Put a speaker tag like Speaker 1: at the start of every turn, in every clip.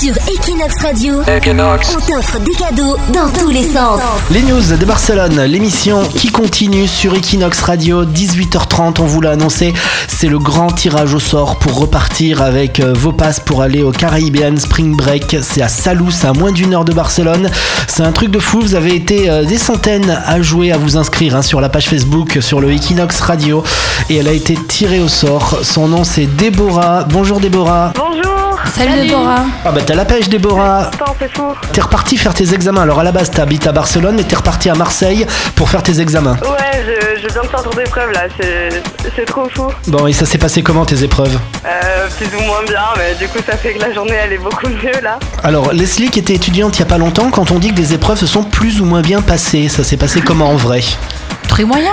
Speaker 1: Sur Equinox Radio,
Speaker 2: Equinox.
Speaker 1: on t'offre des cadeaux dans tous les sens.
Speaker 3: Les news de Barcelone, l'émission qui continue sur Equinox Radio, 18h30, on vous l'a annoncé, c'est le grand tirage au sort pour repartir avec euh, vos passes pour aller au Caribbean Spring Break, c'est à Salou, c'est à moins d'une heure de Barcelone, c'est un truc de fou, vous avez été euh, des centaines à jouer, à vous inscrire hein, sur la page Facebook, sur le Equinox Radio, et elle a été tirée au sort, son nom c'est Déborah, bonjour Déborah,
Speaker 4: Bonjour
Speaker 5: Salut, Déborah.
Speaker 3: ah bah t'as la pêche Déborah,
Speaker 4: Attends, c'est fou.
Speaker 3: T'es reparti faire tes examens. Alors à la base, t'habites à Barcelone, mais t'es reparti à Marseille pour faire tes examens.
Speaker 4: Ouais, je, je viens de sortir d'épreuve là, c'est c'est trop fou.
Speaker 3: Bon, et ça s'est passé comment tes épreuves
Speaker 4: Euh, plus ou moins bien, mais du coup ça fait que la journée elle est beaucoup mieux là.
Speaker 3: Alors, Leslie, qui était étudiante il y a pas longtemps, quand on dit que des épreuves se sont plus ou moins bien passées, ça s'est passé comment en vrai
Speaker 5: Très moyen.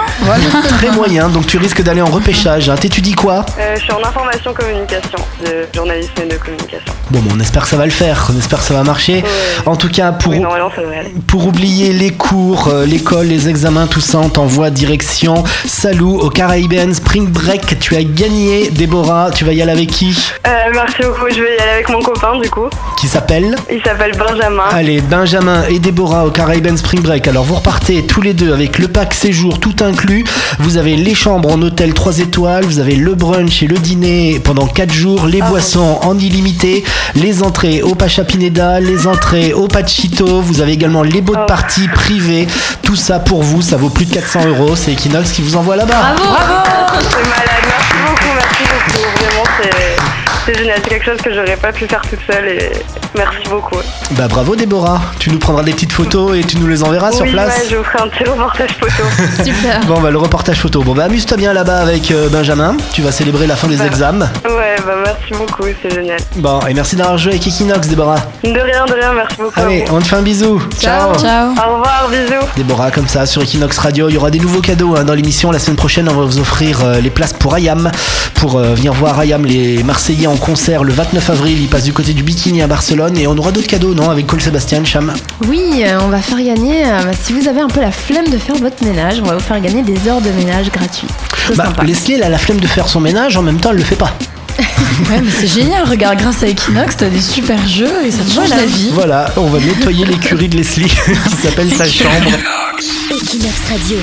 Speaker 3: Très moyen, donc tu risques d'aller en repêchage. hein. T'étudies quoi
Speaker 4: Euh, je suis en information communication, de journalisme et de communication.
Speaker 3: Bon, bon, on espère que ça va le faire, on espère que ça va marcher.
Speaker 4: Ouais.
Speaker 3: En tout cas, pour,
Speaker 4: Oui, normalement ça devrait aller.
Speaker 3: Pour oublier les cours, euh, l'école, les examens, tout ça, on t'envoie direction Salou au Caribbean Spring Break. Tu as gagné, Déborah. Tu vas y aller avec qui
Speaker 4: Euh, merci beaucoup, je vais y aller avec mon copain du coup.
Speaker 3: Qui s'appelle
Speaker 4: Il s'appelle Benjamin.
Speaker 3: Allez, Benjamin et Déborah au Caribbean Spring Break. Alors vous repartez tous les deux avec le pack séjour tout inclus. Vous avez les chambres en hôtel 3 étoiles, vous avez le brunch et le dîner pendant 4 jours,
Speaker 4: Ah.
Speaker 3: les boissons en illimité, les entrées au Pacha Pineda, les entrées au Pachito, vous avez également les beaux de
Speaker 4: Oh.
Speaker 3: partie privés. Tout ça pour vous, ça vaut plus de 400 euros. C'est Equinox qui vous envoie là-bas.
Speaker 4: C'est malade, merci beaucoup, merci beaucoup. Vraiment c'est- c'est génial, c'est quelque chose que j'aurais pas pu faire toute seule et merci beaucoup.
Speaker 3: Bah bravo Déborah, tu nous prendras des petites photos et tu nous les enverras sur
Speaker 4: oui,
Speaker 3: place.
Speaker 4: ouais, je vous ferai un petit reportage photo.
Speaker 5: Super.
Speaker 3: Bon bah le reportage photo. Bon bah amuse-toi bien là-bas avec euh, Benjamin. Tu vas célébrer la fin des examens.
Speaker 4: ouais, bah merci beaucoup, c'est génial.
Speaker 3: Bon et merci d'avoir joué avec Equinox Déborah.
Speaker 4: De rien, de rien, merci beaucoup. à
Speaker 3: Allez,
Speaker 4: vous.
Speaker 3: on te fait un bisou.
Speaker 5: Ciao.
Speaker 4: Au revoir, bisous.
Speaker 3: Déborah comme ça sur Equinox Radio. Il y aura des nouveaux cadeaux hein, dans l'émission. La semaine prochaine, on va vous offrir euh, les places pour Ayam. Pour euh, venir voir Ayam, les Marseillais en concert le 29 avril. Ils passent du côté du Bikini à Barcelone. Et on aura d'autres cadeaux, non Avec Cole Sébastien, Cham.
Speaker 6: Oui, euh, on va faire gagner, euh, bah, si vous avez un peu la flemme de faire votre ménage, on va vous faire gagner des heures de ménage gratuites. C'est
Speaker 3: Bah,
Speaker 6: sympa.
Speaker 3: Leslie, elle a la flemme de faire son ménage. En même temps, elle le fait pas.
Speaker 5: Ouais, mais c'est génial. Regarde, grâce à Equinox, t'as des super jeux et ça te change la vie.
Speaker 3: Voilà, on va nettoyer l'écurie de Leslie qui s'appelle sa chambre.
Speaker 1: Equinox Radio.